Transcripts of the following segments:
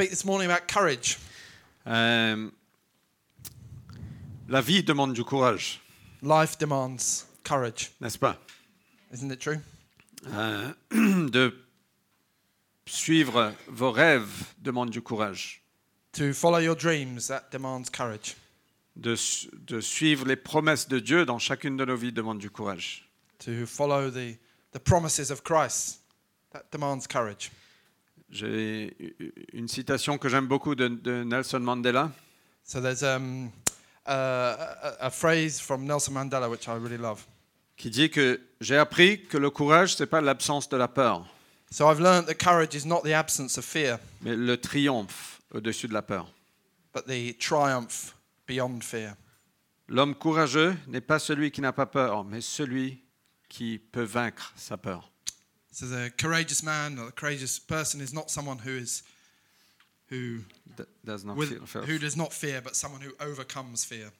speak this morning about courage. Euh, la vie demande du courage, Life demands courage, n'est-ce pas isn't it true? Euh, De suivre vos rêves demande du courage. To follow your dreams, that demands courage. De, su- de suivre les promesses de Dieu dans chacune de nos vies demande du courage. To follow the, the promises of Christ, that demands courage. J'ai une citation que j'aime beaucoup de, de Nelson Mandela. So there's um, uh, a, a phrase from Nelson Mandela which I really love. qui dit que j'ai appris que le courage, c'est pas l'absence de la peur, So I've learned that courage is not the absence of fear, mais le triomphe au-dessus de la peur. but the triumph beyond fear. L'homme courageux n'est pas celui qui n'a pas peur, mais celui qui peut vaincre sa peur. So the courageous man or the courageous person is not someone who is who D- does not with, feel- feel- who does not fear, but someone who overcomes fear.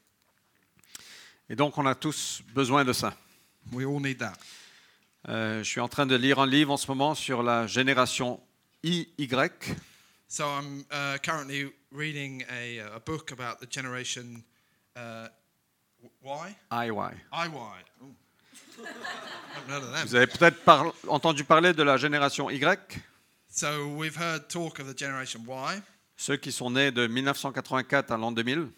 Et donc, on a tous besoin de ça. We all need that. Euh, je suis en train de lire un livre en ce moment sur la génération IY. So I'm uh, currently reading a, uh, a book about the generation uh, Y. IY. IY. Ooh. Haven't heard of them. Vous avez peut-être par- entendu parler de la génération Y, So we've heard talk of the generation Y. ceux qui sont nés de 1984 à l'an 2000.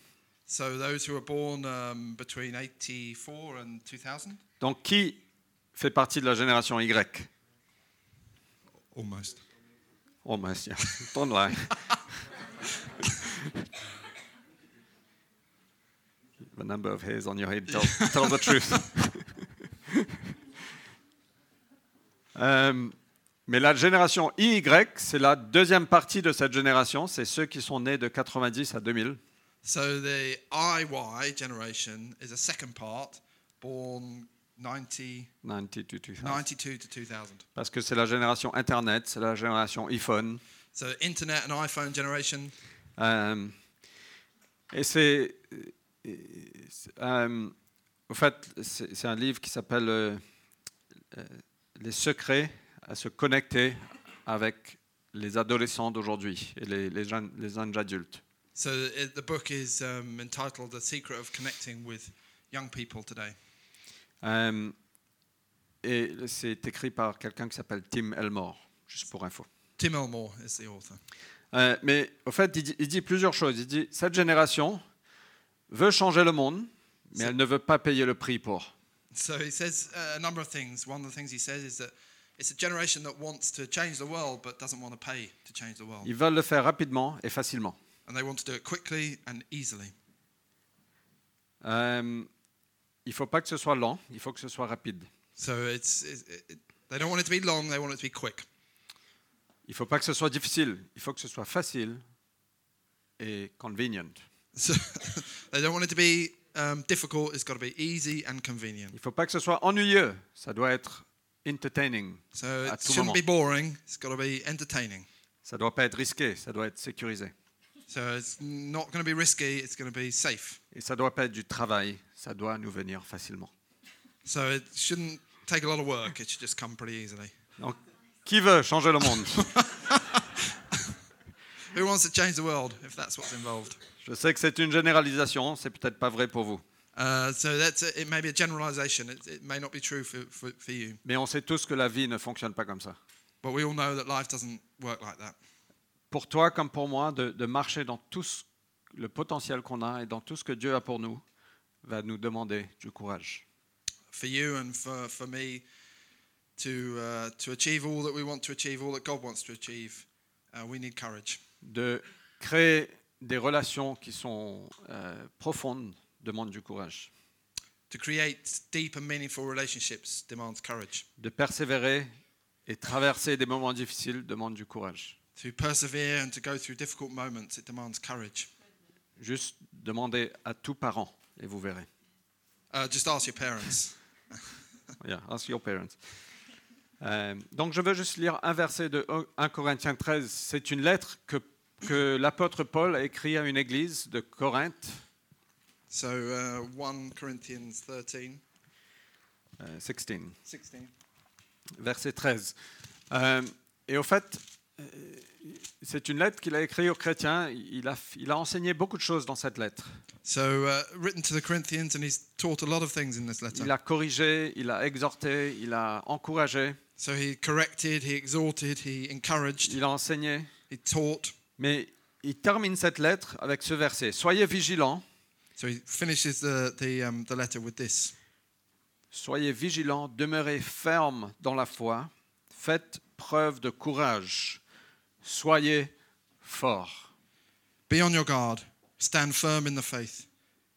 So those who were born um, between 84 and 2000. Donc, qui fait partie de la génération Y Almost. Oh, mince, ja. Don't lie. the number of hairs on your head tell, tell the truth. Euh, mais la génération Y, c'est la deuxième partie de cette génération. C'est ceux qui sont nés de 90 à 2000. So the IY generation is a second part, born 90, 90 to 2000. 92 to 2000. Parce que c'est la génération Internet, c'est la génération iPhone. So internet and iPhone generation. Euh, et c'est. euh, euh, au fait, c'est c'est un livre qui s'appelle euh, euh, Les secrets à se connecter avec les adolescents d'aujourd'hui et les, les, jeunes, les jeunes adultes. So it, the book is um, entitled "The Secret of Connecting with Young People Today." Euh, et c'est écrit par quelqu'un qui s'appelle Tim Elmore, juste pour info. Tim Elmore is the author. Euh, mais au fait, il dit, il dit plusieurs choses. Il dit Cette génération veut changer le monde, mais C'est- elle ne veut pas payer le prix pour. So he says uh, a number of things. One of the things he says is that it's a generation that wants to change the world but doesn't want to pay to change the world, Ils veulent le faire rapidement et facilement. and they want to do it quickly and easily. Euh, il ne faut pas que ce soit lent, il faut que ce soit rapide. So it's, it's it, it, they don't want it to be long; they want it to be quick. Il ne faut pas que ce soit difficile, il faut que ce soit facile et convenient. So they don't want it to be um, difficult. It's got to be easy and convenient. Il ne faut pas que ce soit ennuyeux, ça doit être entertaining. So À it tout shouldn't moment. be boring. It's got to be entertaining. Ça ne doit pas être risqué, ça doit être sécurisé. So it's not going to be risky. It's going to be safe. Et ça ne doit pas être du travail, ça doit nous venir facilement. So it shouldn't take a lot of work. It should just come pretty easily. Donc, qui veut changer le monde Who wants to change the world if that's what's involved? Je sais que c'est une généralisation, c'est peut-être pas vrai pour vous. Uh, so that's it may be a generalization. It, it may not be true for, for, for you, Mais on sait tous que la vie ne fonctionne pas comme ça. but we all know that life doesn't work like that. pour toi comme pour moi, de, de marcher dans tout ce- le potentiel qu'on a et dans tout ce que Dieu a pour nous, va nous demander du courage. For you and for, for me, to uh, to achieve all that we want to achieve, all that God wants to achieve, uh, we need courage. De créer des relations qui sont euh, profondes demande du courage. To create deep and meaningful relationships demands courage. De persévérer et traverser des moments difficiles demande du courage. To persevere and to go through difficult moments, it demands courage. Juste demander à tout parent et vous verrez. Uh, just ask your parents. Yeah, ask your parents. Euh, donc je veux juste lire un verset de 1 Corinthiens 13. C'est une lettre que, que l'apôtre Paul a écrite à une église de Corinthe. So uh, 1 Corinthians 13, Euh, 16, 16. verset 13. Euh, et au fait, euh, c'est une lettre qu'il a écrite aux chrétiens. Il a, il a enseigné beaucoup de choses dans cette lettre. So, uh, written to the Corinthians, and he's taught a lot of things in this letter. Il a corrigé, il a exhorté, il a encouragé, So, he corrected, he exhorted, he encouraged, il a enseigné. he taught. Mais il termine cette lettre avec ce verset. Soyez vigilants, So, he finishes the, the, um, the letter with this soyez vigilants, demeurez fermes dans la foi, faites preuve de courage, soyez forts. Be on your guard, stand firm in the faith,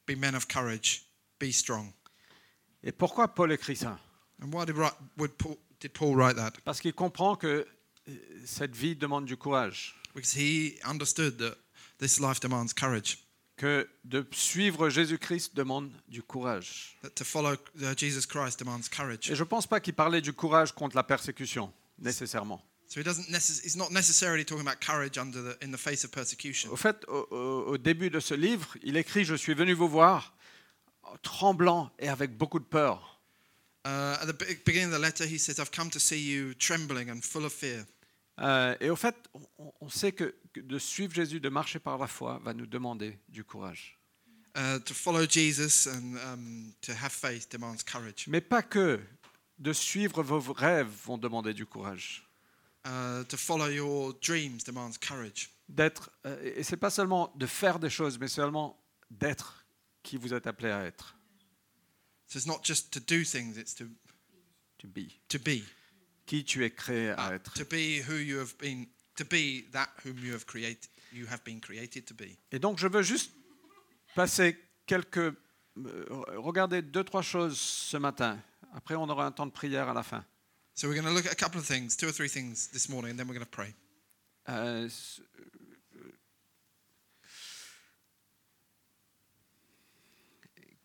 be men of courage, be strong. Et pourquoi Paul écrit ça And why did, Ri- would Paul, did Paul write that? Parce qu'il comprend que euh, cette vie demande du courage, Because he understood that this life demands courage, que de suivre Jésus-Christ demande du courage. that to follow uh, Jesus Christ demands courage. Et je ne pense pas qu'il parlait du courage contre la persécution, nécessairement. So he doesn't necess- he's not necessarily talking about courage under the, in the face of persecution. Au fait, au, au- au début de ce livre, il écrit Je suis venu vous voir tremblant et avec beaucoup de peur. Uh, at the be- beginning of the letter, he says, I've come to see you trembling and full of fear. Euh, et au fait, on, on sait que, que de suivre Jésus, de marcher par la foi, va nous demander du courage. Uh, to follow Jesus and um, to have faith demands courage. Mais pas que. De suivre vos rêves vont demander du courage. Uh, to follow your dreams demands courage. D'être, euh, et c'est pas seulement de faire des choses, mais seulement d'être qui vous êtes appelé à être. So it's not just to do things, it's to, To be. Ah. to be. Uh, Qui tu es créé à être. To be who you have been, to be that whom you have created, you have been created to be. Et donc, je veux juste passer quelques. euh, Regarder deux, trois choses ce matin. Après, on aura un temps de prière à la fin. So we're going to look at a couple of things, two or three things this morning, and then we're going to pray. Euh, s- euh,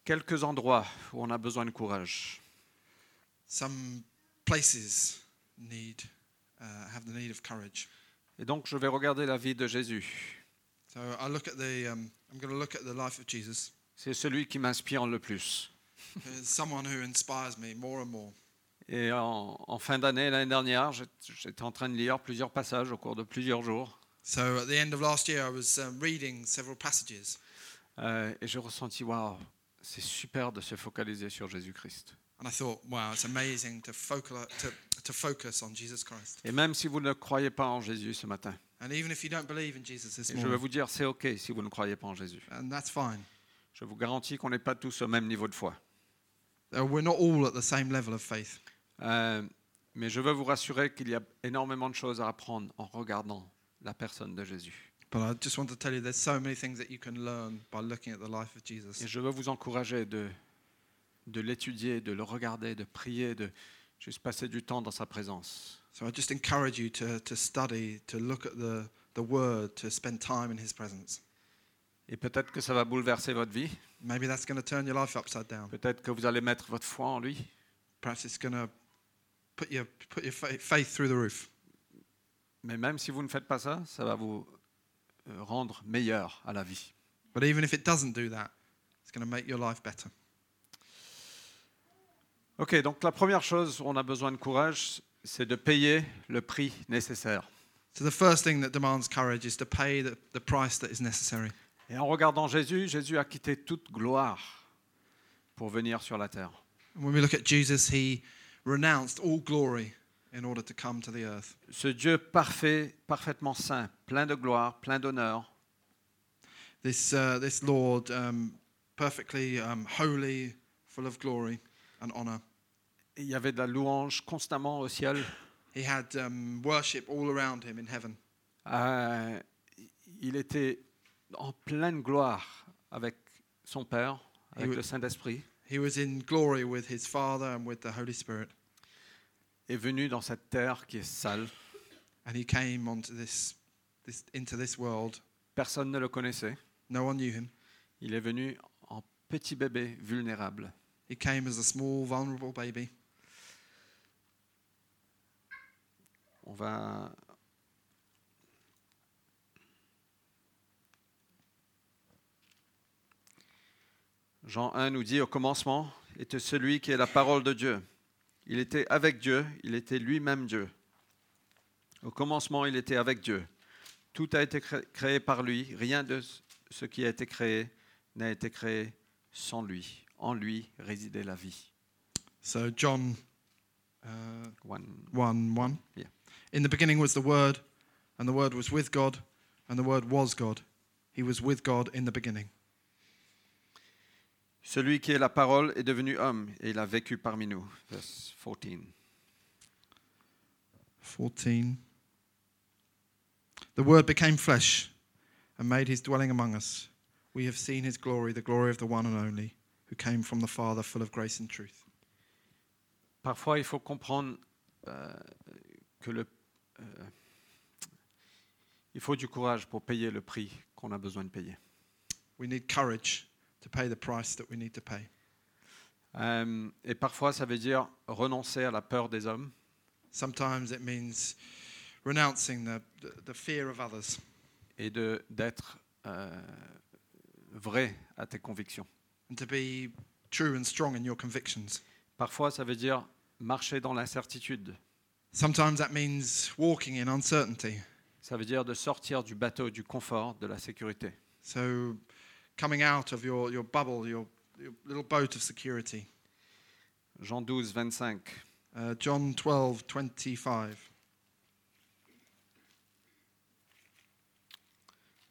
quelques endroits où on a besoin de courage. Some places need, uh, have the need of courage. Et donc, je vais regarder la vie de Jésus. So I look at the. Um, I'm going to look at the life of Jesus. C'est celui qui m'inspire le plus. He's someone who inspires me more and more. Et en, en fin d'année, l'année dernière, j'ét- j'étais en train de lire plusieurs passages au cours de plusieurs jours. So at the end of last year, I was um, reading several passages, Euh, et j'ai ressenti, waouh, c'est super de se focaliser sur Jésus-Christ. and I thought, wow, it's amazing to focus to, to focus on Jesus Christ. Et même si vous ne croyez pas en Jésus ce matin, And even if you don't believe in Jesus this et je vais morning, vous dire, c'est OK si vous ne croyez pas en Jésus. and that's fine. Je vous garantis qu'on n'est pas tous au même niveau de foi. Uh, we're not all at the same level of faith, Euh, mais je veux vous rassurer qu'il y a énormément de choses à apprendre en regardant la personne de Jésus. but I just want to tell you, there's so many things that you can learn by looking at the life of Jesus. Et je veux vous encourager de, de l'étudier, de le regarder, de prier, de juste passer du temps dans sa présence. So I just encourage you to to study, to look at the the Word, to spend time in His presence. Et peut-être que ça va bouleverser votre vie. Maybe that's going to turn your life upside down. Peut-être que vous allez mettre votre foi en lui. perhaps it's going to put your put your fa- faith through the roof. Mais même si vous ne faites pas ça, ça va vous euh, rendre meilleur à la vie. But even if it doesn't do that, it's going to make your life better. Ok, donc la première chose, on a besoin de courage, c'est de payer le prix nécessaire. So the first thing that demands courage is to pay the, the price that is necessary. Et en regardant Jésus, Jésus a quitté toute gloire pour venir sur la terre. And when we look at Jesus, he renounced all glory in order to come to the earth. Ce Dieu parfait, parfaitement saint, plein de gloire, plein d'honneur, This uh, this Lord, um, perfectly um, holy, full of glory and honor. il y avait de la louange constamment au ciel. He had um, worship all around him in heaven. Euh, il était en pleine gloire avec son Père, avec Et- le Saint-Esprit, He was in glory with his Father and with the Holy Spirit. est venu dans cette terre qui est sale. and he came onto this, this into this world. Personne ne le connaissait. No one knew him. Il est venu en petit bébé vulnérable. He came as a small, vulnerable baby. On va. Jean 1 nous dit au commencement était celui qui est la parole de Dieu. Il était avec Dieu, il était lui-même Dieu. Au commencement, il était avec Dieu. Tout a été cré- créé par lui. Rien de ce qui a été créé n'a été créé sans lui. En lui résidait la vie. So, John uh, One. 1 1. Yeah. In the beginning was the Word, and the Word was with God, and the Word was God. He was with God in the beginning. Celui qui est la parole est devenu homme et il a vécu parmi nous. Verse 14. 14. The Word became flesh and made his dwelling among us. We have seen his glory, the glory of the one and only, who came from the Father, full of grace and truth. Parfois, il faut comprendre euh, que le, euh, il faut du courage pour payer le prix qu'on a besoin de payer. We need courage to pay the price that we need to pay. Euh, et parfois, ça veut dire renoncer à la peur des hommes. Sometimes it means renouncing the, the, the fear of others et de d'être euh, vrai à tes convictions. and to be true and strong in your convictions. Parfois, ça veut dire marcher dans l'incertitude. Sometimes that means walking in uncertainty. Ça veut dire de sortir du bateau, du confort, de la sécurité. So coming out of your, your bubble, your, your little boat of security. Jean 12, 25. Uh, John 12, 25.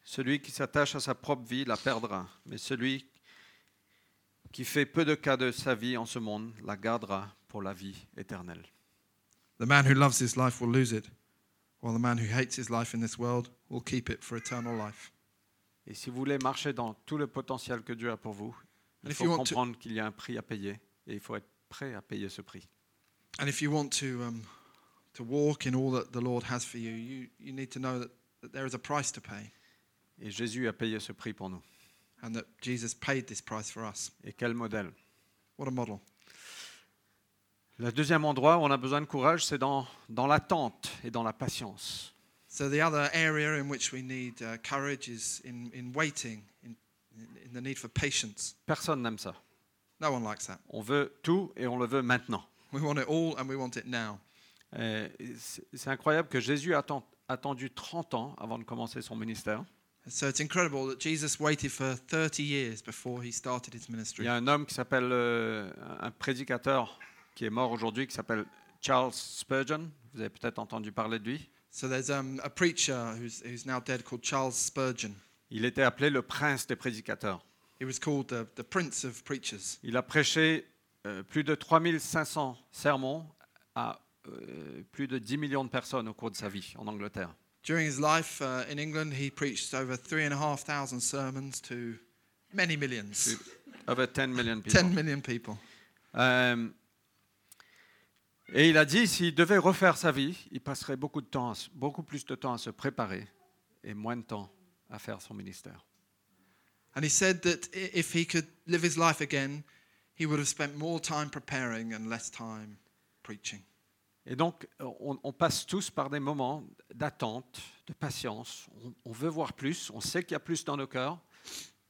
Celui qui s'attache à sa propre vie la perdra, mais celui qui fait peu de cas de sa vie en ce monde la gardera pour la vie éternelle. The man who loves his life will lose it, while the man who hates his life in this world will keep it for eternal life. Et si vous voulez marcher dans tout le potentiel que Dieu a pour vous, il If you faut want to- comprendre qu'il y a un prix à payer et il faut être prêt à payer ce prix. And if you want to, um, to walk in all that the Lord has for you, you, you need to know that, that there is a price to pay Et Jésus a payé ce prix pour nous. and that Jesus paid this price for us. Et quel modèle What a model. Le deuxième endroit où on a besoin de courage, c'est dans, dans l'attente et dans la patience. So, the other area in which we need uh, courage is in, in waiting, in, in- in the need for patience. Personne n'aime ça. No one likes that. On veut tout et on le veut maintenant. We want it all and we want it now. Euh, C'est c'est incroyable que Jésus a atten- attendu 30 ans avant de commencer son ministère. So it's incredible that Jesus waited for 30 years before he started his Il ministry. y a un homme qui s'appelle, euh, un prédicateur qui est mort aujourd'hui, qui s'appelle Charles Spurgeon. Vous avez peut-être entendu parler de lui. So there's um, a preacher who's, who's now dead called Charles Spurgeon. Il était appelé le prince des prédicateurs. He was called the, the Prince of Preachers. Il a prêché euh, plus de 3500 sermons à euh, plus de 10 millions de personnes au cours de sa vie en Angleterre. During his life uh, in England, he preached over 3,500 sermons to many millions, Over 10 million people. 10 million people. Euh, et il a dit s'il devait refaire sa vie, il passerait beaucoup, de temps à se- beaucoup plus de temps à se préparer et moins de temps à faire son ministère. And he said that i- if he could live his life again, he would have spent more time preparing and less time preaching. Et donc, on, on passe tous par des moments d'attente, de patience. On, on veut voir plus, on sait qu'il y a plus dans nos cœurs,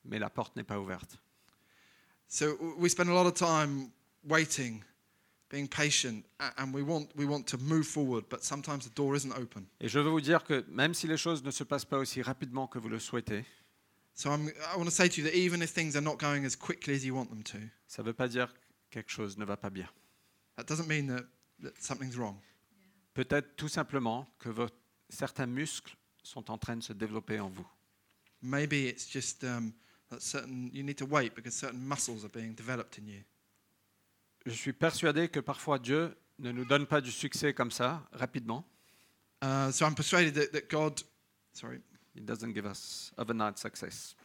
mais la porte n'est pas ouverte. So w- we spend a lot of time waiting, being patient, a- and we want we want to move forward, but sometimes the door isn't open. Et je veux vous dire que même si les choses ne se passent pas aussi rapidement que vous le souhaitez, So I'm, I want to say to you that even if things are not going as quickly as you want them to, ça ne veut pas dire que quelque chose ne va pas bien. that doesn't mean that, that something's wrong. Peut-être tout simplement que vos- certains muscles sont en train de se développer en vous. Maybe it's just um, that certain you need to wait because certain muscles are being developed in you. Je suis persuadé que parfois Dieu ne nous donne pas du succès comme ça, rapidement. Uh, so I'm persuaded that, that God, sorry, It doesn't give us overnight success.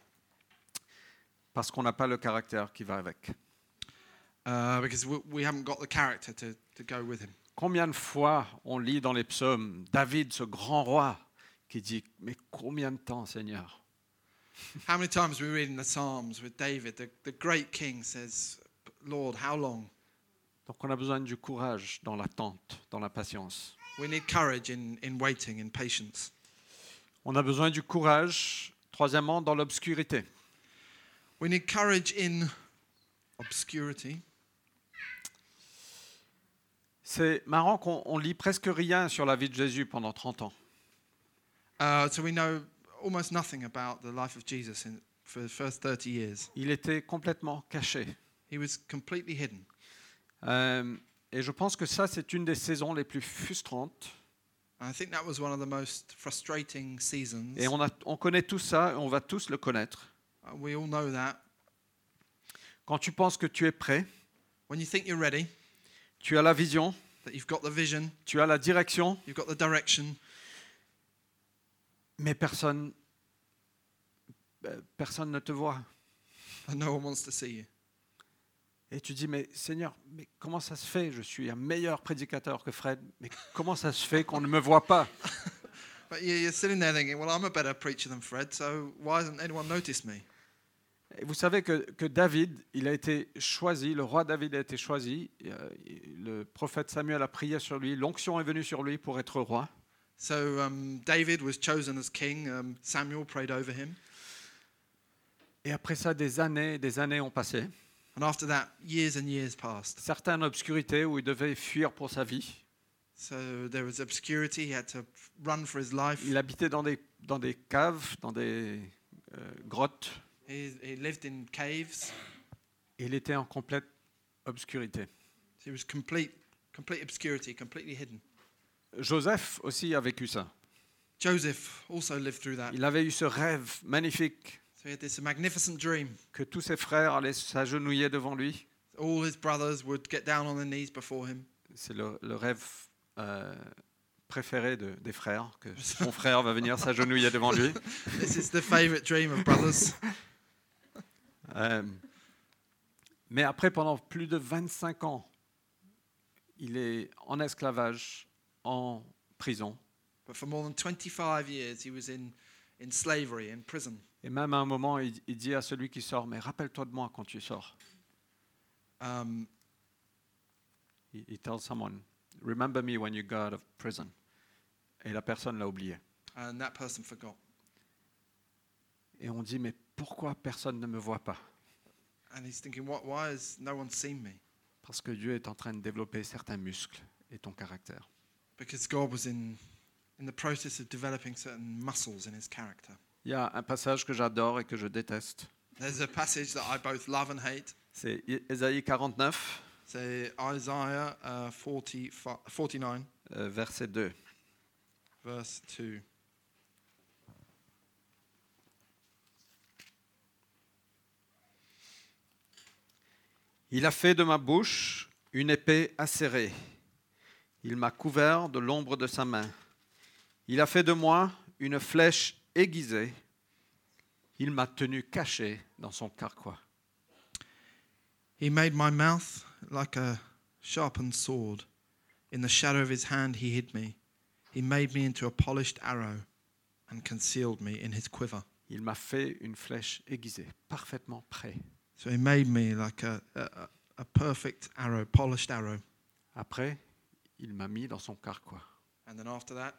Parce qu'on n'a pas le caractère qui va avec. uh, because we, we haven't got the character to, to go with Him. Combien de fois on lit dans les psaumes David, ce grand roi, qui dit Mais combien de temps, Seigneur How many times we read in the Psalms with David, the, the great king says, Lord, how long? Donc on a besoin du courage dans l'attente, dans la patience. We need courage in, in waiting, in patience. On a besoin du courage, troisièmement, dans l'obscurité. We need courage in obscurity. C'est marrant qu'on on lit presque rien sur la vie de Jésus pendant 30 ans. Uh, so we know almost nothing about the life of Jesus in, for the first 30 years. Il était complètement caché. He was completely hidden. Euh, et je pense que ça, c'est une des saisons les plus frustrantes. And I think that was one of the most frustrating seasons. Et on, a- on connaît tout ça, on va tous le connaître. Uh, we all know that. Quand tu penses que tu es prêt, When you think you're ready, tu as la vision, that you've got the vision, tu as la direction, you've got the direction, mais personne, euh, personne ne te voit. and no one wants to see you. Et tu dis, mais Seigneur, mais comment ça se fait Je suis un meilleur prédicateur que Fred, mais comment ça se fait qu'on ne me voit pas But you- you're sitting there thinking, well, I'm a better preacher than Fred, so why hasn't anyone noticed me? Et vous savez que, que David, il a été choisi, le roi David a été choisi, et, euh, il- le prophète Samuel a prié sur lui, l'onction est venue sur lui pour être roi. So um, David was chosen as king. Um, Samuel prayed over him. Et après ça, des années, des années ont passé. And after that, years and years passed. Certaines obscurités où il devait fuir pour sa vie. So there was obscurity. He had to run for his life. Il habitait dans des, dans des caves, dans des euh, grottes. He, he lived in caves. Et il était en complète obscurité. He was complete, complete obscurity, completely hidden. Joseph aussi a vécu ça. Joseph also lived through that. Il avait eu ce rêve magnifique So he had this magnificent dream. que tous ses frères allaient s'agenouiller devant lui. All his brothers would get down on their knees before him. C'est le, le rêve euh, préféré de- des frères, que son frère va venir s'agenouiller devant lui. This is the favorite dream of brothers. Euh, mais après, pendant plus de 25 ans, il est en esclavage, en prison. But for more than 25 years, he was in, in slavery, in prison. Et même à un moment, il, il dit à celui qui sort, mais rappelle-toi de moi quand tu sors. Um, He, he tells someone, remember me when you go out of prison. Et la personne l'a oublié. and that person forgot. Et on dit, mais pourquoi personne ne me voit pas And he's thinking, what, why has no one seen me? Parce que Dieu est en train de développer certains muscles et ton caractère. Because God was in, in the process of developing certain muscles in his character. Il y a un passage que j'adore et que je déteste. There's a passage that I both love and hate. C'est Ésaïe 49, So Isaiah uh, 40, 49, euh, verset 2. verse 2. Il a fait de ma bouche une épée acérée. Il m'a couvert de l'ombre de sa main. Il a fait de moi une flèche aiguisée. Il m'a tenu caché dans son carquois. He made my mouth like a sharpened sword. In the shadow of his hand, he hid me. He made me into a polished arrow and concealed me in his quiver. Il m'a fait une flèche aiguisée, parfaitement prêt. So he made me like a, a, a- a perfect arrow, polished arrow. Après, il m'a mis dans son carquois. And then after that,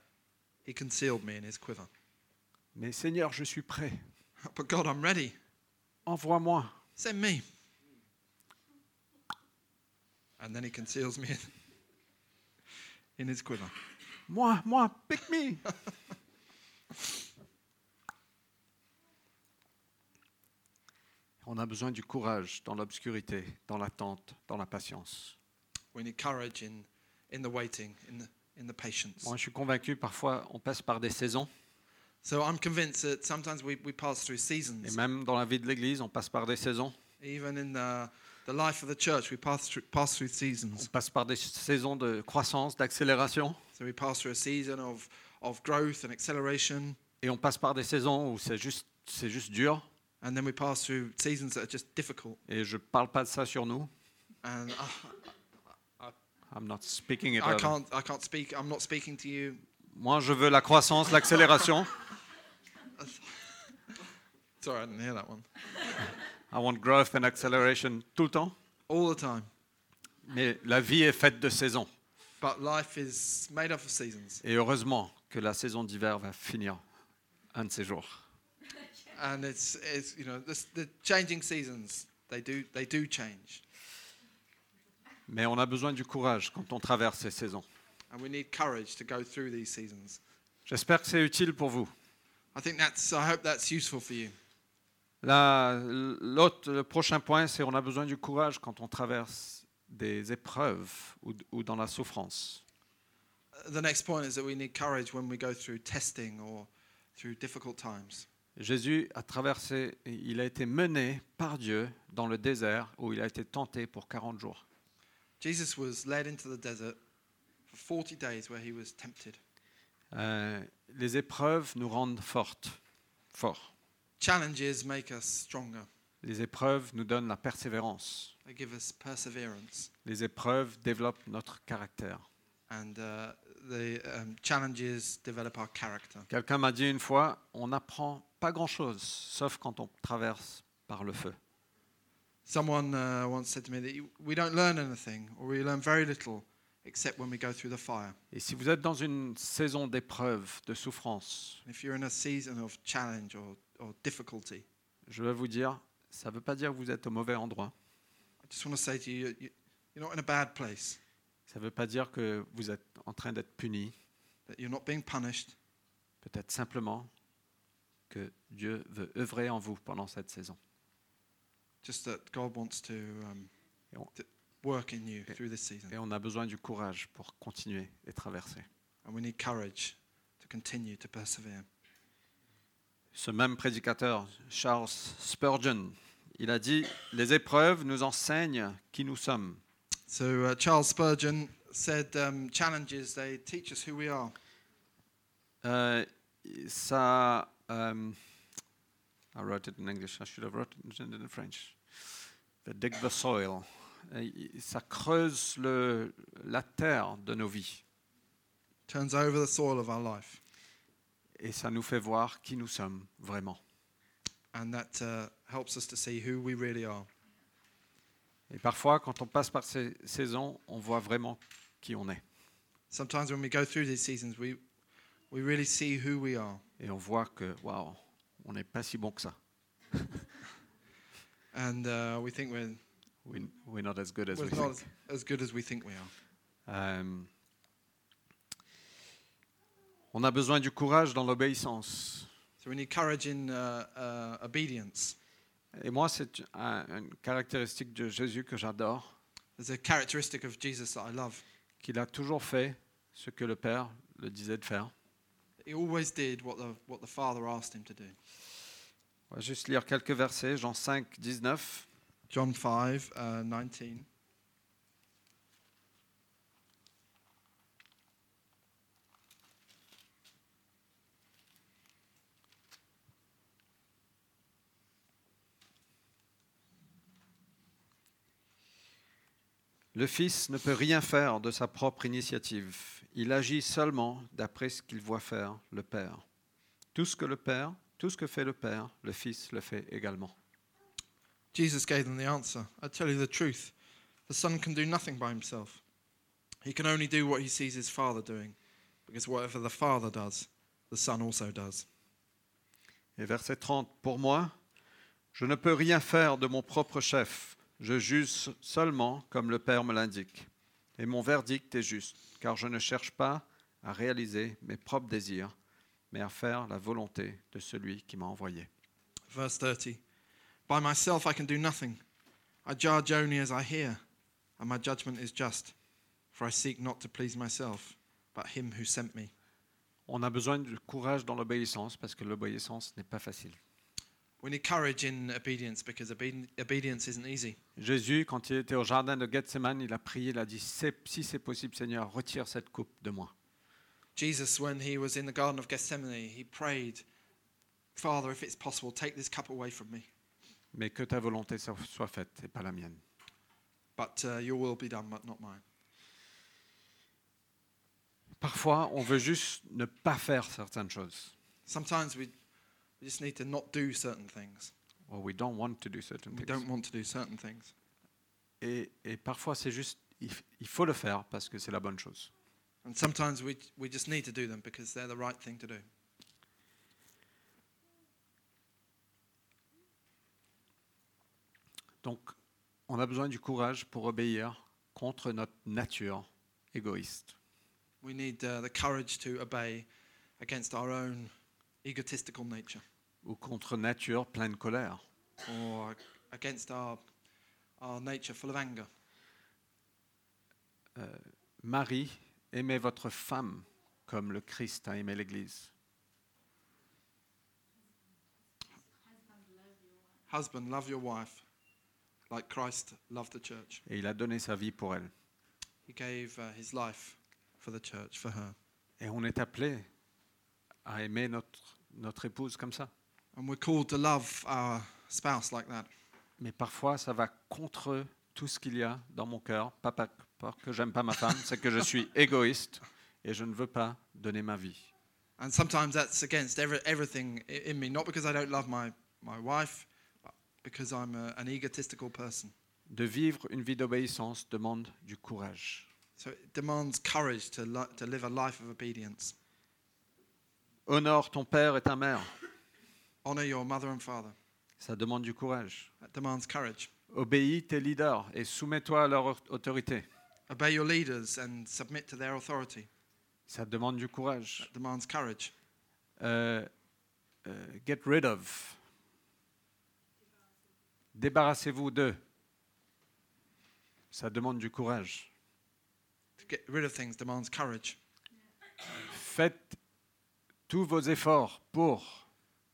he concealed me in his quiver. Mais Seigneur, je suis prêt. But God, I'm ready. Envoie-moi. Send me. And then he conceals me in, in his quiver. Moi, moi, pick me. On a besoin du courage dans l'obscurité, dans l'attente, dans la patience. We need courage in, in the waiting, in the, in the patience. Moi, je suis convaincu, parfois, on passe par des saisons, So I'm convinced that sometimes we, we pass through et seasons. même dans la vie de l'Église, on passe par des saisons. Even in the, the life of the church, we pass through, pass through On seasons. passe par des saisons de croissance, d'accélération, So we pass through a season of, of growth and acceleration, et on passe par des saisons où c'est juste, c'est juste dur. and then we pass through seasons that are just difficult. Et je parle pas de ça sur nous. And uh, I'm not speaking it I, I over. can't I can't speak. I'm not speaking to you Moi, je veux la croissance, l'accélération. Sorry, I didn't hear that one. I want growth and acceleration tout le temps. All the time. Mais la vie est faite de saisons. But life is made up of seasons. Et heureusement que la saison d'hiver va finir un de ces jours. And it's, it's you know, this, the changing seasons, they do, they do change. Mais on a besoin du courage quand on traverse ces saisons. And we need courage to go through these seasons. J'espère que c'est utile pour vous. I think that's, I hope that's useful for you. La- l'autre- le prochain point, c'est on a besoin du courage quand on traverse des épreuves ou, ou dans la souffrance. The next point is that we need courage when we go through testing or through difficult times. Jésus a traversé, il a été mené par Dieu dans le désert où il a été tenté pour 40 jours. Jesus was led into the desert for 40 days where he was tempted. Euh, les épreuves nous rendent fortes, forts. Challenges make us stronger, Les épreuves nous donnent la persévérance. they give us perseverance. Les épreuves développent notre caractère. And uh, the um, challenges develop our character. Quelqu'un m'a dit une fois, on n'apprend pas grand-chose, sauf quand on traverse par le feu. Someone uh, once said to me that you- we don't learn anything or we learn very little except when we go through the fire. Et si vous êtes dans une saison d'épreuve, de souffrance, And if you're in a season of challenge or, or difficulty, je veux vous dire, ça ne veut pas dire que vous êtes au mauvais endroit. I just want to say to you, you- you're not in a bad place, Ça ne veut pas dire que vous êtes en train d'être puni. that you're not being punished. Peut-être simplement que Dieu veut œuvrer en vous pendant cette saison. just that God wants to, um, Yeah. to work in you Yeah. through this season. Et on a besoin du courage pour continuer et traverser. And we need courage to continue to persevere. Ce même prédicateur, Charles Spurgeon, il a dit, les épreuves nous enseignent qui nous sommes. So, uh, Charles Spurgeon said, um, Challenges, they teach us who we are. Euh, ça. um, I wrote it in English. I should have wrote it in French. They dig the soil. Euh, y- Ça creuse le, la terre de nos vies Turns over the soil of our life. et ça nous fait voir qui nous sommes vraiment. And that uh, helps us to see who we really are. Et parfois, quand on passe par ces saisons, on voit vraiment qui on est Sometimes when we go through these seasons, we, we really see who we are. et on voit que waouh, on n'est pas si bon que ça. And uh, we think we're, We- We're not as good as we we're not think. as, as good as we think we are. Euh, on a besoin du courage dans l'obéissance. So, we need courage in uh, uh, obedience. Et moi, c'est un- une caractéristique de Jésus que j'adore, There's a characteristic of Jesus that I love. qu'il a toujours fait ce que le Père le disait de faire. He always did what the, what the Father asked him to do. On va juste lire quelques versets, Jean 5, 19. John 5, uh, 19. Le Fils ne peut rien faire de sa propre initiative. Il agit seulement d'après ce qu'il voit faire le Père. Tout ce que le Père, tout ce que fait le Père, le Fils le fait également. Jesus gave them the answer. I tell you the truth. The Son can do nothing by himself. He can only do what he sees his Father doing, because whatever the Father does, the Son also does. Et verset 30, pour moi, je ne peux rien faire de mon propre chef, je juge seulement comme le Père me l'indique. Et mon verdict est juste, car je ne cherche pas à réaliser mes propres désirs, mais à faire la volonté de celui qui m'a envoyé. Verse 30. By myself I can do nothing. I judge only as I hear, and my judgment is just, for I seek not to please myself, but him who sent me. On a besoin de courage dans l'obéissance, parce que l'obéissance n'est pas facile. We need courage in obedience, because obedi- obedience isn't easy. Jésus, quand il était au jardin de Gethsemane, il a prié, il a dit, si c'est possible, Seigneur, retire cette coupe de moi. Jesus, when he was in the Garden of Gethsemane, he prayed, Father, if it's possible, take this cup away from me, Mais que ta volonté soit soit faite et pas la mienne. but uh, your will be done, but not mine. Parfois, on veut juste ne pas faire certaines choses. Sometimes we, we just need to not do certain things. Or we don't want to do certain We things. don't want to do certain things. Et, et parfois, c'est juste, il, f- il faut le faire parce que c'est la bonne chose. And sometimes we, we just need to do them because they're the right thing to do. Donc, on a besoin du courage pour obéir contre notre nature égoïste. We need uh, the courage to obey against our own egotistical nature ou contre nature pleine de colère, or against our, our nature full of anger. Euh, Marie, aimez votre femme comme le Christ a aimé l'Église. Husband, love your wife like Christ loved the church. Et il a donné sa vie pour elle. He gave uh, his life for the church, for her. Et on est appelé à aimer notre, notre épouse comme ça. And we're called to love our spouse like that. Mais parfois, ça va contre tout ce qu'il y a dans mon cœur. Pas par- pas que j'aime pas ma femme, c'est que je suis égoïste et je ne veux pas donner ma vie. And sometimes that's against every, everything i- in me, not because I don't love my, my wife, but because I'm a, an egotistical person. De vivre une vie d'obéissance demande du courage. So it demands courage to, li- to live a life of obedience. Honore ton père et ta mère. Honor your mother and father. Ça demande du courage. That demands courage. Obéis tes leaders et soumets-toi à leur autorité. Obey your leaders and submit to their authority. Ça demande du courage. That demands courage. Euh, euh, get rid of. Débarrassez-vous d'eux. Ça demande du courage. To get rid of things demands courage. Faites tous vos efforts pour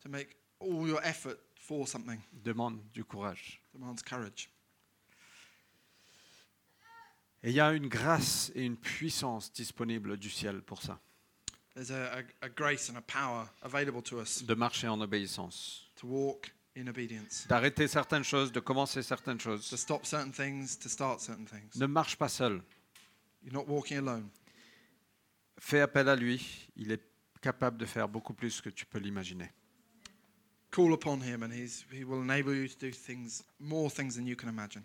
To make all your effort for something demande du courage. demands courage. Et il y a une grâce et une puissance disponible du ciel pour ça, There's a, a, a grace and a power available to us de marcher en obéissance, to walk in obedience, d'arrêter certaines choses, de commencer certaines to choses. stop certain things, to start certain things. Ne marche pas seul. You're not walking alone. Fais appel à lui. Il est capable de faire beaucoup plus que tu peux l'imaginer. Call upon him and he's, he will enable you to do things, more things than you can imagine.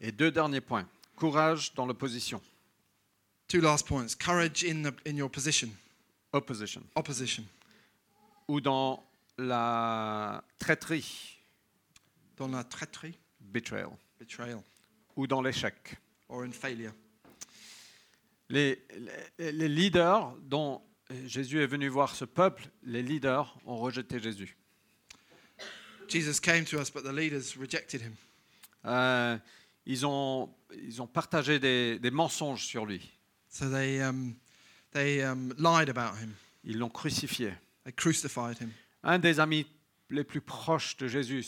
Et deux derniers points. Courage dans l'opposition. Two last points. Courage in, the, in your position, Opposition. opposition, Ou dans la traîtrise. dans la traîtrise, Betrayal. betrayal, Ou dans l'échec. or in failure. Les, les- les leaders dont Jésus est venu voir ce peuple, les leaders ont rejeté Jésus. Jesus came to us, but the leaders rejected him. Euh, ils, ont, ils ont partagé des, des mensonges sur lui. So they, um, they um, lied about him, Ils l'ont crucifié. they crucified him. Un des amis les plus proches de Jésus,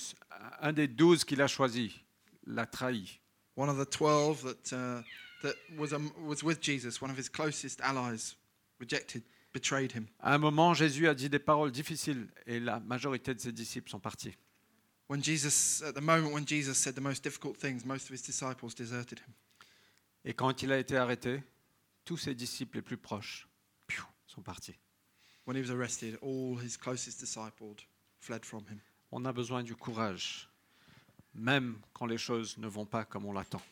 un des douze qu'il a choisi, l'a trahi. One of the 12 that, uh, that was, um, was with Jesus, one of his closest allies, rejected, betrayed him. À un moment, Jésus a dit des paroles difficiles et la majorité de ses disciples sont partis. When Jesus, at the moment when Jesus said the most difficult things, most of his disciples deserted him. Et quand il a été arrêté, tous ses disciples les plus proches piou, sont partis. When he was arrested, all his closest disciples fled from him. On a besoin du courage, même quand les choses ne vont pas comme on l'attend.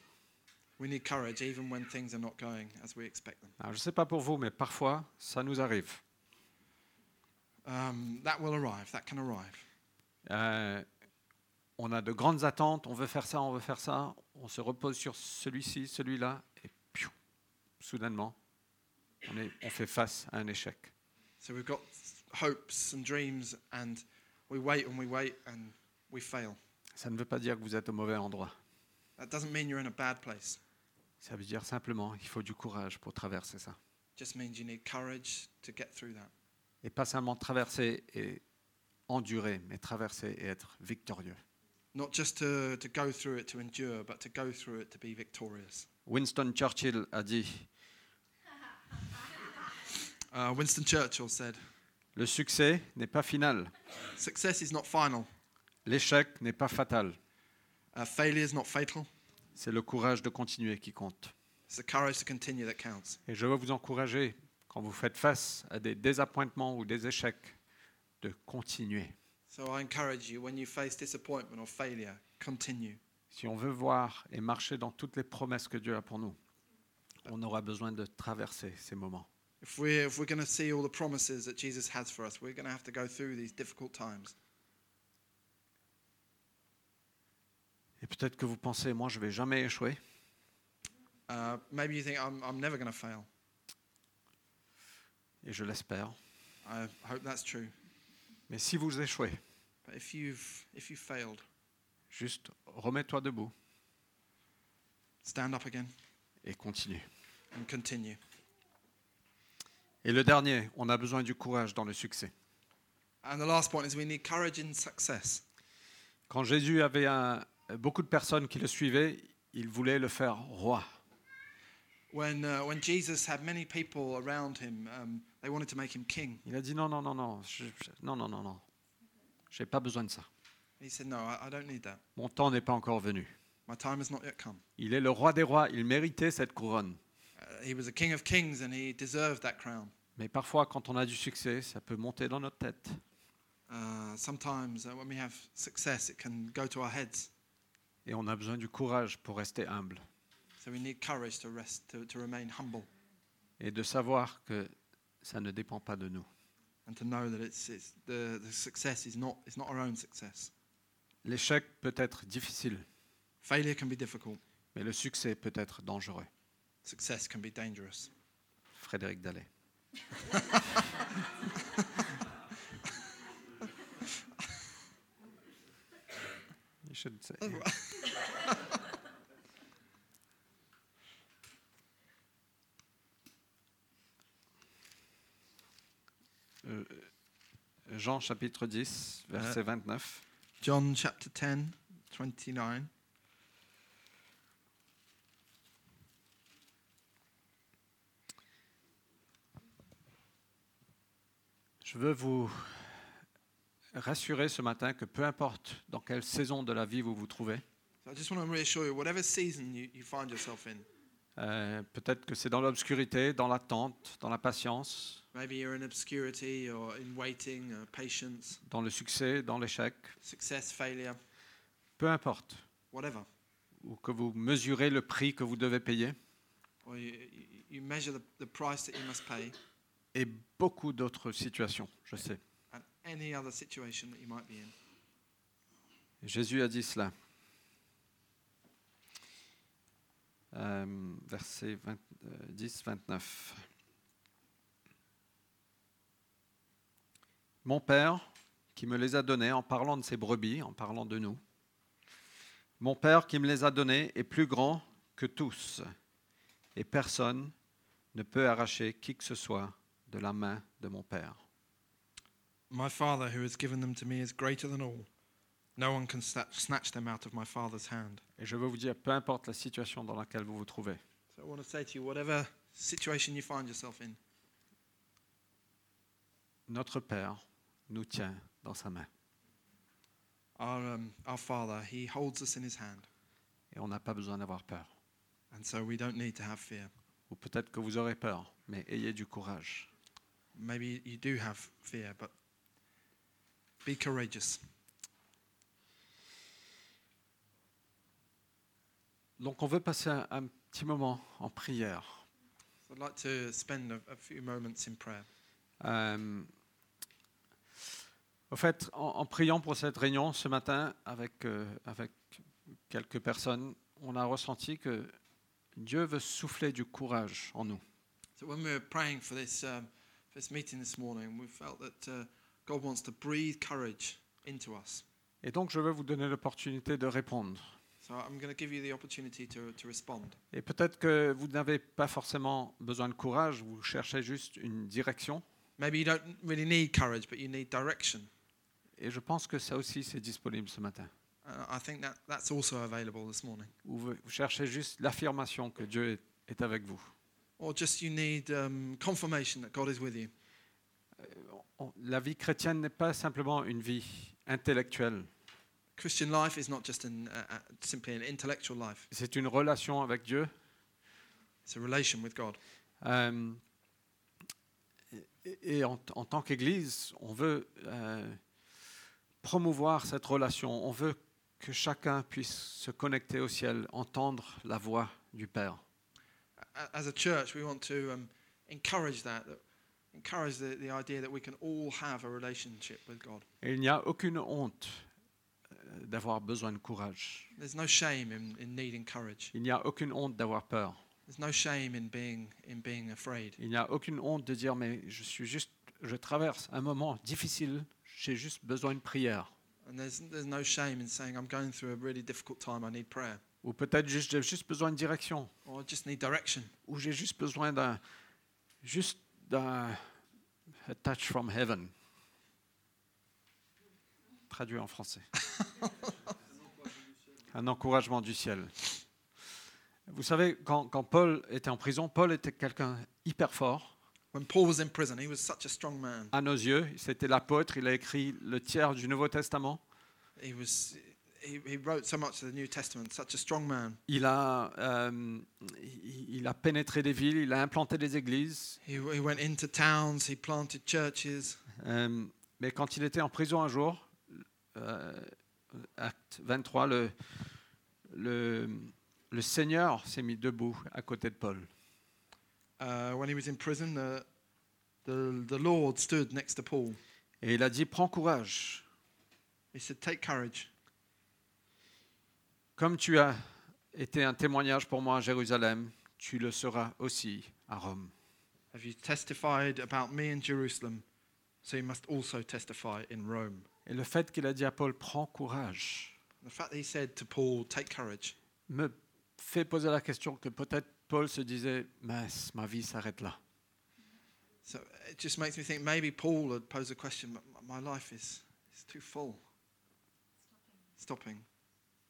We need courage even when things are not going as we expect them. Alors, je ne sais pas pour vous, mais parfois, ça nous arrive. Um, that will arrive, that can arrive. Euh, on a de grandes attentes, on veut faire ça, on veut faire ça, on se repose sur celui-ci, celui-là, et piou, soudainement, on, est- on fait face à un échec. So we've got hopes and dreams, and we wait and we wait and we fail. Ça ne veut pas dire que vous êtes au mauvais endroit. That doesn't mean you're in a bad place. Ça veut dire simplement il faut du courage pour traverser ça. just means you need courage to get through that. Et pas seulement traverser et endurer, mais traverser et être victorieux. Not just to, to go through it to endure, but to go through it to be victorious. Winston Churchill a dit Uh, Winston Churchill said, Le succès n'est pas final, Success is not final, l'échec n'est pas fatal. uh, failure is not fatal. C'est le courage de continuer qui compte. It's the courage to continue that counts. Et je veux vous encourager, quand vous faites face à des désappointements ou des échecs, de continuer. So I encourage you, when you face disappointment or failure, continue. Si on veut voir et marcher dans toutes les promesses que Dieu a pour nous, on aura besoin de traverser ces moments. If we're, if we're going to see all the promises that Jesus has for us, we're going to have to go through these difficult times. Et peut-être que vous pensez, moi, je vais jamais échouer. Uh, maybe you think, I'm, I'm never going to fail. et je l'espère. I hope that's true. Mais si vous échouez, But if you've if you failed, juste remets-toi debout stand up again et continue. and continue. Et le dernier, on a besoin du courage dans le succès. And the last point is we need courage in success. Quand Jésus avait un- beaucoup de personnes qui le suivaient, il voulait le faire roi. When uh, when Jesus had many people around him, um, they wanted to make him king. Il a dit non, non, non, non, je- je- non, non, non, non, j'ai pas besoin de ça. He said, "No, I, I don't need that. Mon temps n'est pas encore venu. My time has not yet come." Il est le roi des rois, il méritait cette couronne. Uh, he was a king of kings, and he deserved that crown. Mais parfois, quand on a du succès, ça peut monter dans notre tête. Uh, sometimes uh, when we have success, it can go to our heads. Et on a besoin du courage pour rester humble So we need courage to rest, to, to remain humble, et de savoir que ça ne dépend pas de nous. and to know that it's, it's the, the success is not it's not our own success. L'échec peut être difficile, Failure can be difficult. mais le succès peut être dangereux. Success can be dangerous. Frédéric Dallet. You should say- Euh, Jean chapitre 10, verset 29. John chapter 10, 29. Je veux vous rassurer ce matin que peu importe dans quelle saison de la vie vous vous trouvez, So I just want to reassure you, whatever season you, you find yourself in, euh, peut-être que c'est dans l'obscurité, dans l'attente, dans la patience, maybe you're in obscurity or in waiting, or patience, dans le succès, dans l'échec, success, failure, peu importe, whatever. ou que vous mesurez le prix que vous devez payer, Or you, you- you measure the, the price that you must pay et beaucoup d'autres situations, je sais. and any other situation that you might be in. Jésus a dit cela. Euh, verset 20, euh, 10, 29. Mon Père, qui me les a donnés en parlant de ces brebis, en parlant de nous, mon Père qui me les a donnés est plus grand que tous, et personne ne peut arracher qui que ce soit de la main de mon Père. My Father, who has given them to me, is greater than all. No one can sna- snatch them out of my Father's hand. Et je veux vous dire, peu importe la situation dans laquelle vous vous trouvez, So I want to say to you, whatever situation you find yourself in, Notre Père nous tient dans sa main our, um, our Father, He holds us in His hand. et on n'a pas besoin d'avoir peur. And so we don't need to have fear. Ou peut-être que vous aurez peur, mais ayez du courage. Maybe you do have fear, but be courageous. Donc on veut passer un, un petit moment en prière. So I'd like to spend a, a few moments in prayer. Euh, au fait, en, en priant pour cette réunion ce matin avec, euh, avec quelques personnes, on a ressenti que Dieu veut souffler du courage en nous. So when we were praying for this, um, for this meeting this morning, we felt that uh, God wants to breathe courage into us. Et donc je veux vous donner l'opportunité de répondre. So I'm going to give you the opportunity to, to respond. Et peut-être que vous n'avez pas forcément besoin de courage, vous cherchez juste une direction. Maybe you don't really need courage, but you need direction. Et je pense que ça aussi, c'est disponible ce matin. And Uh, I think that that's also available this morning. Ou vous vous cherchez juste l'affirmation que Dieu est- est avec vous. Or just you need um, confirmation that God is with you. On- La vie chrétienne n'est pas simplement une vie intellectuelle, Christian life is not just an, uh, uh, simply an intellectual life. c'est une relation avec Dieu. It's a relation with God. Euh, et et en, en tant qu'Église, on veut euh, promouvoir cette relation, on veut que chacun puisse se connecter au ciel, entendre la voix du Père. A- As a church, we want to um, encourage that, that encourage the, the idea that we can all have a relationship with God. Et il n'y a aucune honte euh, d'avoir besoin de courage. There's no shame in, in needing courage. Il n'y a aucune honte d'avoir peur. There's no shame in being, in being afraid. Il n'y a aucune honte de dire, mais je suis juste, je traverse un moment difficile, j'ai juste besoin de prière. And there's, there's no shame in saying, I'm going through a really difficult time, I need prayer. Ou peut-être juste, j'ai juste besoin de direction. Or I just need direction. Ou j'ai juste besoin d'un, juste d'un a touch from heaven. Traduit en français. un encouragement du ciel. Vous savez, quand, quand Paul était en prison, Paul était quelqu'un hyper fort. When Paul was in prison, he was such a strong man. à nos yeux. C'était l'apôtre, il a écrit le tiers du Nouveau Testament. He, was, he, he wrote so much of the New Testament, such a strong man. Il a, euh, il il a pénétré des villes, il a implanté des églises. He, he went into towns, he planted churches. Euh, mais quand il était en prison un jour, euh, acte 23, le, le, le Seigneur s'est mis debout à côté de Paul. Uh, when he was in prison, the, the, the Lord stood next to Paul. Et il a dit, prends courage, He said, Take courage. comme tu as été un témoignage pour moi à Jérusalem, tu le seras aussi à Rome. Have you testified about me in Jerusalem? So you must also testify in Rome. Et le fait qu'il a dit à Paul, prends courage, The fact that he said to Paul, Take courage, me fait poser la question que peut-être Paul se disait mince, ma vie s'arrête là. so it just makes me think maybe Paul had posed a question, but my- my life is, is too full. Stopping.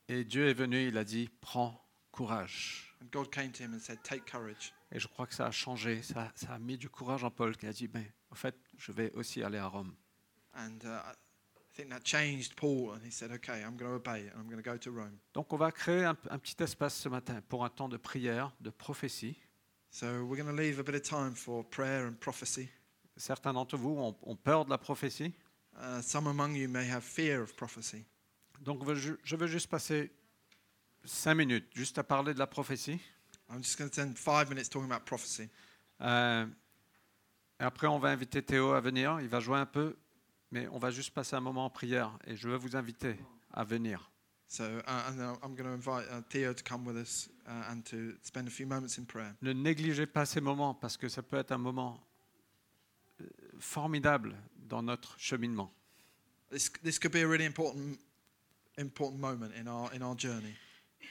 Et Dieu est venu, il a dit prends courage. And God came to him and said, Take courage. Et je crois que ça a changé, ça, ça a mis du courage en Paul qui a dit ben, au fait, je vais aussi aller à Rome. And uh, I think that changed Paul, and he said, Okay, I'm going to obey, and I'm going to go to Rome. Donc on va créer un, un petit espace ce matin pour un temps de prière, de prophétie. So we're going to leave a bit of time for prayer and prophecy. Certains d'entre vous ont, ont peur de la prophétie. Uh, some among you may have fear of prophecy. Donc je je veux juste passer cinq minutes juste à parler de la prophétie. I'm just going to spend five minutes talking about prophecy. Euh, et après, on va inviter Théo à venir. Il va jouer un peu, mais on va juste passer un moment en prière. Et je veux vous inviter à venir. So, uh, and uh, I'm going to invite uh, Theo to come with us uh, and to spend a few moments in prayer. Ne négligez pas ces moments parce que ça peut être un moment euh, formidable dans notre cheminement. This this could be a really important important moment in our in our journey.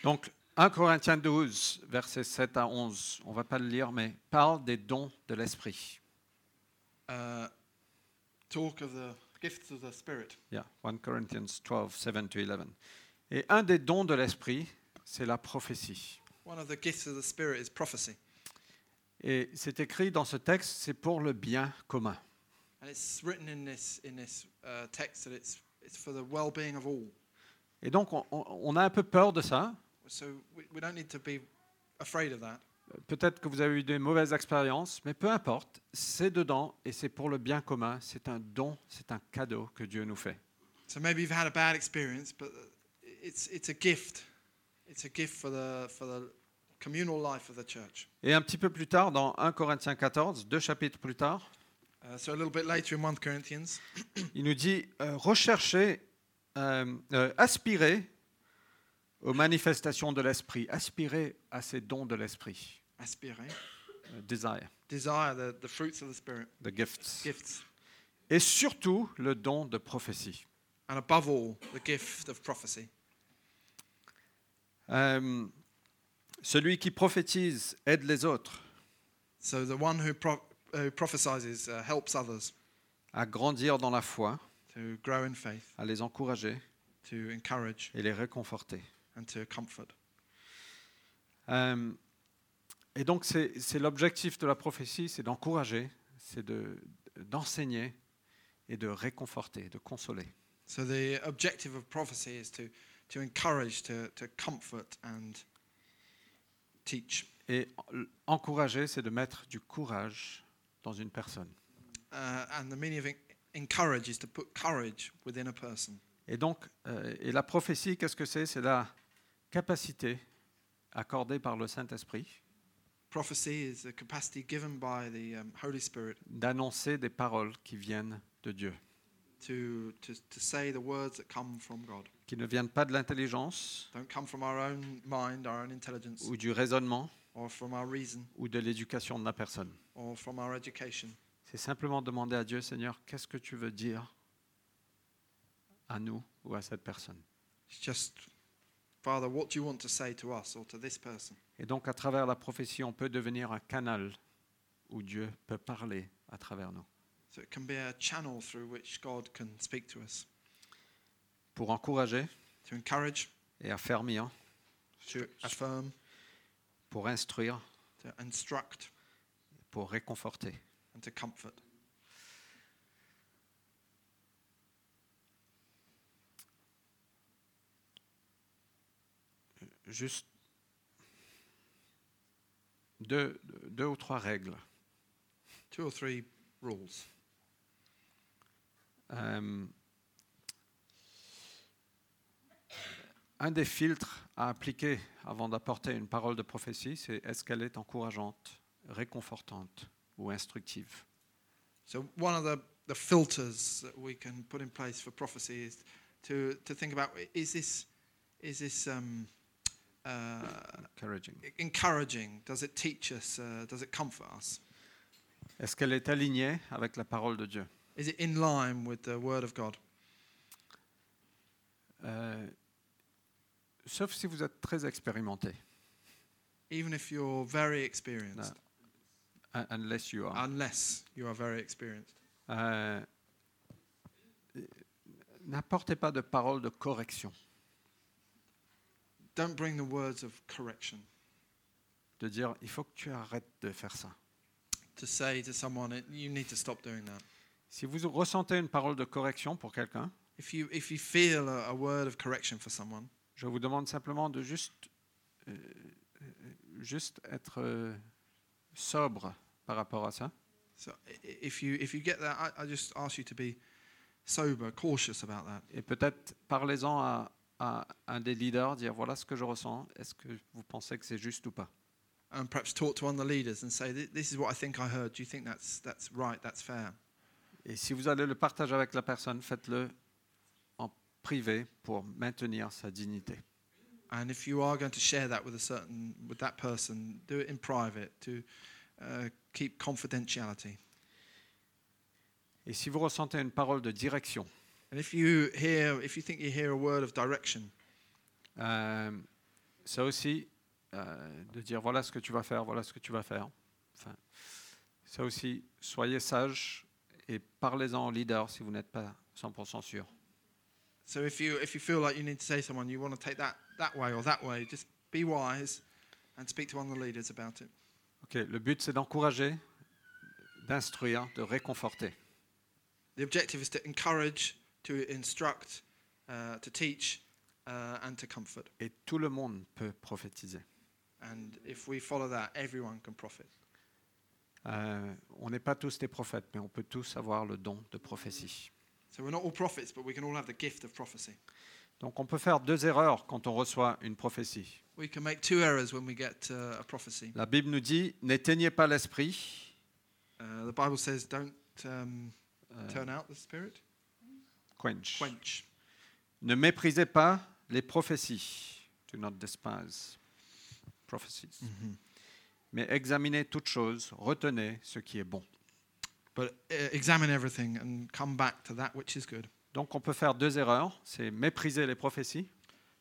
Donc, 1 Corinthiens 12, versets 7 à 11, on va pas le lire, mais parle des dons de l'esprit. Uh, talk of the gifts of the Spirit. Yeah, 1 Corinthians 12, 7 to 11. Et un des dons de l'esprit, c'est la prophétie. One of the gifts of the Spirit is prophecy, Et c'est écrit dans ce texte, c'est pour le bien commun. and it's written in this in this uh, text that it's it's for the well-being of all. Et donc, on, on- on a un peu peur de ça. So we, we don't need to be afraid of that. Peut-être que vous avez eu des mauvaises expériences, mais peu importe, c'est dedans et c'est pour le bien commun. C'est un don, c'est un cadeau que Dieu nous fait. So maybe you've had a bad experience, but uh, it's it's a gift. It's a gift for the for the communal life of the church. Et un petit peu plus tard, dans 1 Corinthiens 14, deux chapitres plus tard, Uh, so a little bit later in 1 Corinthians, il nous dit euh, recherchez, euh, euh, aspirez aux manifestations de l'esprit, aspirez à ces dons de l'esprit, aspire, Euh, desire, desire the, the fruits of the spirit, the gifts, gifts, et surtout le don de prophétie. and above all, the gift of prophecy. Euh, celui qui prophétise aide les autres So the one who, pro- who prophesies uh, helps others à grandir dans la foi, to grow in faith, à les encourager to encourage, et les réconforter. and to comfort. Euh, et donc c'est c'est l'objectif de la prophétie, c'est d'encourager, c'est de- d'enseigner et de réconforter, de consoler. So the objective of prophecy is to to encourage, to to comfort, and teach. Et en- encourager, c'est de mettre du courage dans une personne. Uh, and the meaning of en- encourage is to put courage within a person. Et donc, euh, et la prophétie, qu'est-ce que c'est C'est la capacité accordée par le Saint-Esprit Prophecy is the capacity given by the um, Holy Spirit d'annoncer des paroles qui viennent de Dieu, to, to, to say the words that come from God. qui ne viennent pas de l'intelligence Don't come from our own mind, our own intelligence, ou du raisonnement, or from our reason ou de l'éducation de la personne. or from our education. C'est simplement demander à Dieu, Seigneur, qu'est-ce que tu veux dire à nous ou à cette personne It's just, Father, what do you want to say to us or to this person? Et donc, à travers la prophétie, on peut devenir un canal où Dieu peut parler à travers nous So it can be a channel through which God can speak to us pour encourager to encourage, et affermir, to affirm, pour instruire, to instruct, pour réconforter. and to comfort. Juste deux, deux ou trois règles. Two or three rules. Euh, un des filtres à appliquer avant d'apporter une parole de prophétie, c'est est-ce qu'elle est encourageante, réconfortante ou instructive So one of the, the filters that we can put in place for prophecy is to, to think about is this is this um, uh, Encouraging. encouraging? Does it teach us? Uh, does it comfort us? Est-ce qu'elle est alignée avec la parole de Dieu Is it in line with the Word of God? Euh, Sauf si vous êtes très expérimenté. Even if you're very experienced, un- Unless you are. unless you are very experienced, Euh, N'apportez pas de parole de correction, don't bring the words of correction de dire il faut que tu arrêtes de faire ça. to say to someone "It- you need to stop doing that. Si vous ressentez une parole de correction pour quelqu'un, If you if you feel a, a word of correction for someone, je vous demande simplement de juste, euh, euh, juste être euh, sobre par rapport à ça So i- i- if you if you get that, I, I just ask you to be sober, cautious about that, et peut-être parlez-en à, à un des leaders, dire voilà ce que je ressens, est-ce que vous pensez que c'est juste ou pas and perhaps talk to one of the leaders and say, "Th- "This is what I think I heard. Do you think that's that's right? That's fair?" Et si vous allez le partager avec la personne, faites-le en privé pour maintenir sa dignité. And if you are going to share that with a certain with that person, do it in private to uh, keep confidentiality. Et si vous ressentez une parole de direction, And if you hear if you think you hear a word of direction, euh, ça aussi, euh, de dire voilà ce que tu vas faire, voilà ce que tu vas faire. Enfin, ça aussi, soyez sage et parlez-en au leader si vous n'êtes pas 100% sûr. so if you if you feel like you need to say to someone you want to take that that way or that way, just be wise and speak to one of the leaders about it. Ok, le but, c'est d'encourager, d'instruire, de réconforter. The objective is to encourage, to instruct, uh, to teach, uh, and to comfort. Et tout le monde peut prophétiser. And if we follow that, everyone can profit. Euh, on n'est pas tous des prophètes, mais on peut tous avoir le don de prophétie. So we're not all prophets, but we can all have the gift of prophecy. Donc on peut faire deux erreurs quand on reçoit une prophétie. We can make two errors when we get uh, a prophecy. La Bible nous dit, n'éteignez pas l'esprit. Uh, the Bible says, "Don't um, Euh, turn out the spirit, quench. quench." Ne méprisez pas les prophéties. Do not despise prophecies. Mais examinez toutes choses, retenez ce qui est bon. But uh, examine everything and come back to that which is good. Donc on peut faire deux erreurs, c'est mépriser les prophéties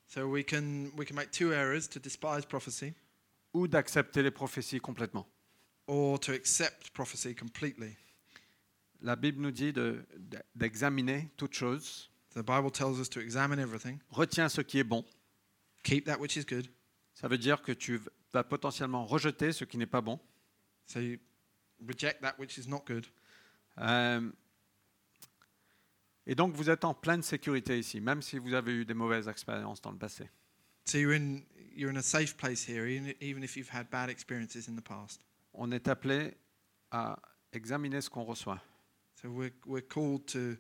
So we can we can make two errors: to despise prophecy ou d'accepter les prophéties complètement. or to accept prophecy completely. La Bible nous dit de- de- d'examiner toutes choses, The Bible tells us to examine everything, retiens ce qui est bon. keep that which is good, Ça veut dire que tu v- vas potentiellement rejeter ce qui n'est pas bon. So you reject that which is not good. Euh, et donc vous êtes en pleine sécurité ici, même si vous avez eu des mauvaises expériences dans le passé. So you're in you're in a safe place here, even even if you've had bad experiences in the past. on est appelé à examiner ce qu'on reçoit. So we're we're called to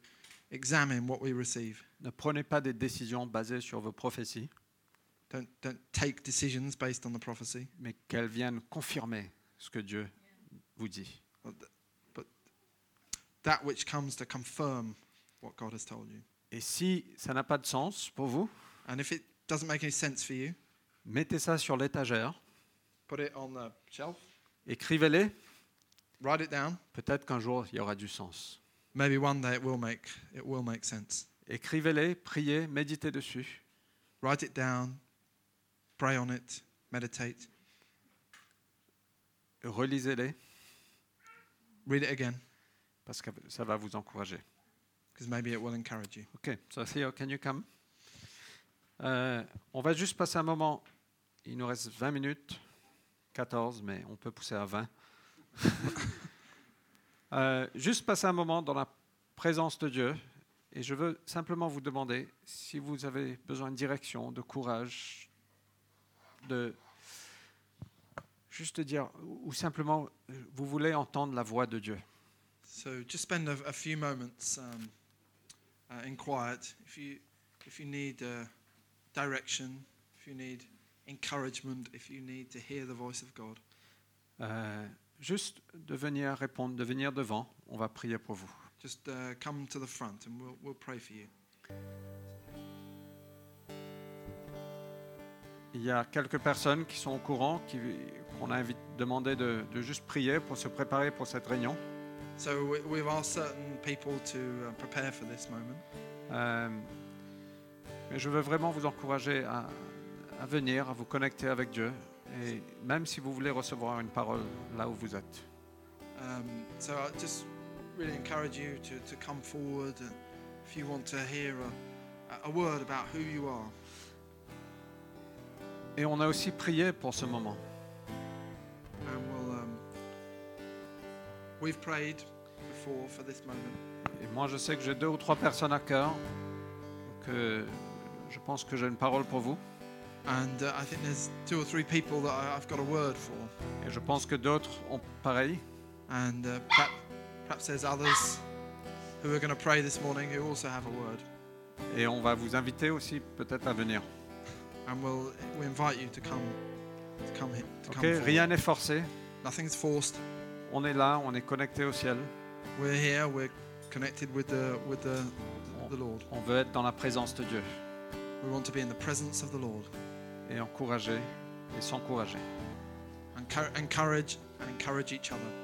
examine what we receive. Ne prenez pas des décisions basées sur vos prophéties, Don't don't take decisions based on the prophecy, mais qu'elles viennent confirmer ce que Dieu vous dit. but th- but that which comes to confirm what God has told you. Et si ça n'a pas de sens pour vous, And if it doesn't make any sense for you, mettez ça sur l'étagère Put it on the shelf. Écrivez-les. Write it down. Peut-être qu'un jour, il y aura du sens. Maybe one day it will make it will make sense. Écrivez-les, priez, méditez dessus. Write it down. Pray on it. Meditate. Relisez-les Read it again parce que ça va vous encourager. because maybe it will encourage you. Ok, so Theo, can you come? Euh, on va juste passer un moment. Il nous reste 20 minutes, 14, mais on peut pousser à 20. Euh, juste passer un moment dans la présence de Dieu. Et je veux simplement vous demander si vous avez besoin de direction, de courage, de juste de dire, ou simplement, euh, vous voulez entendre la voix de Dieu. So just spend a, a few moments um, uh, in quiet. If you if you need uh, direction, if you need encouragement, if you need to hear the voice of God, Euh, juste de venir répondre, de venir devant. On va prier pour vous. just uh, come to the front and we'll we'll pray for you. Il y a quelques personnes qui sont au courant, qui- qu'on a invité- demandé de, de juste prier pour se préparer pour cette réunion. So we, we've asked certain people to uh, prepare for this moment. Euh, mais je veux vraiment vous encourager à, à venir, à vous connecter avec Dieu. Et même si vous voulez recevoir une parole là où vous êtes. Um, so I just really encourage you to, to come forward and if you want to hear a, a word about who you are. Et on a aussi prié pour ce moment. And we'll, um, we've prayed before for this moment. Et moi, je sais que j'ai deux ou trois personnes à cœur. Que je pense que j'ai une parole pour vous. And uh, I think there's two or three people that I, I've got a word for. Et je pense que d'autres ont pareil. And uh, perhaps, perhaps there's others who are going to pray this morning who also have a word. Et on va vous inviter aussi peut-être à venir. And we'll, we invite you to come, to come here, to Ok, come forward. Rien n'est forcé. Nothing's forced. On est là, on est connecté au ciel. We're here. We're connected with the with the, the Lord. On veut être dans la présence de Dieu We want to be in the presence of the Lord. et encourager et s'encourager. Encour- encourage and encourage each other.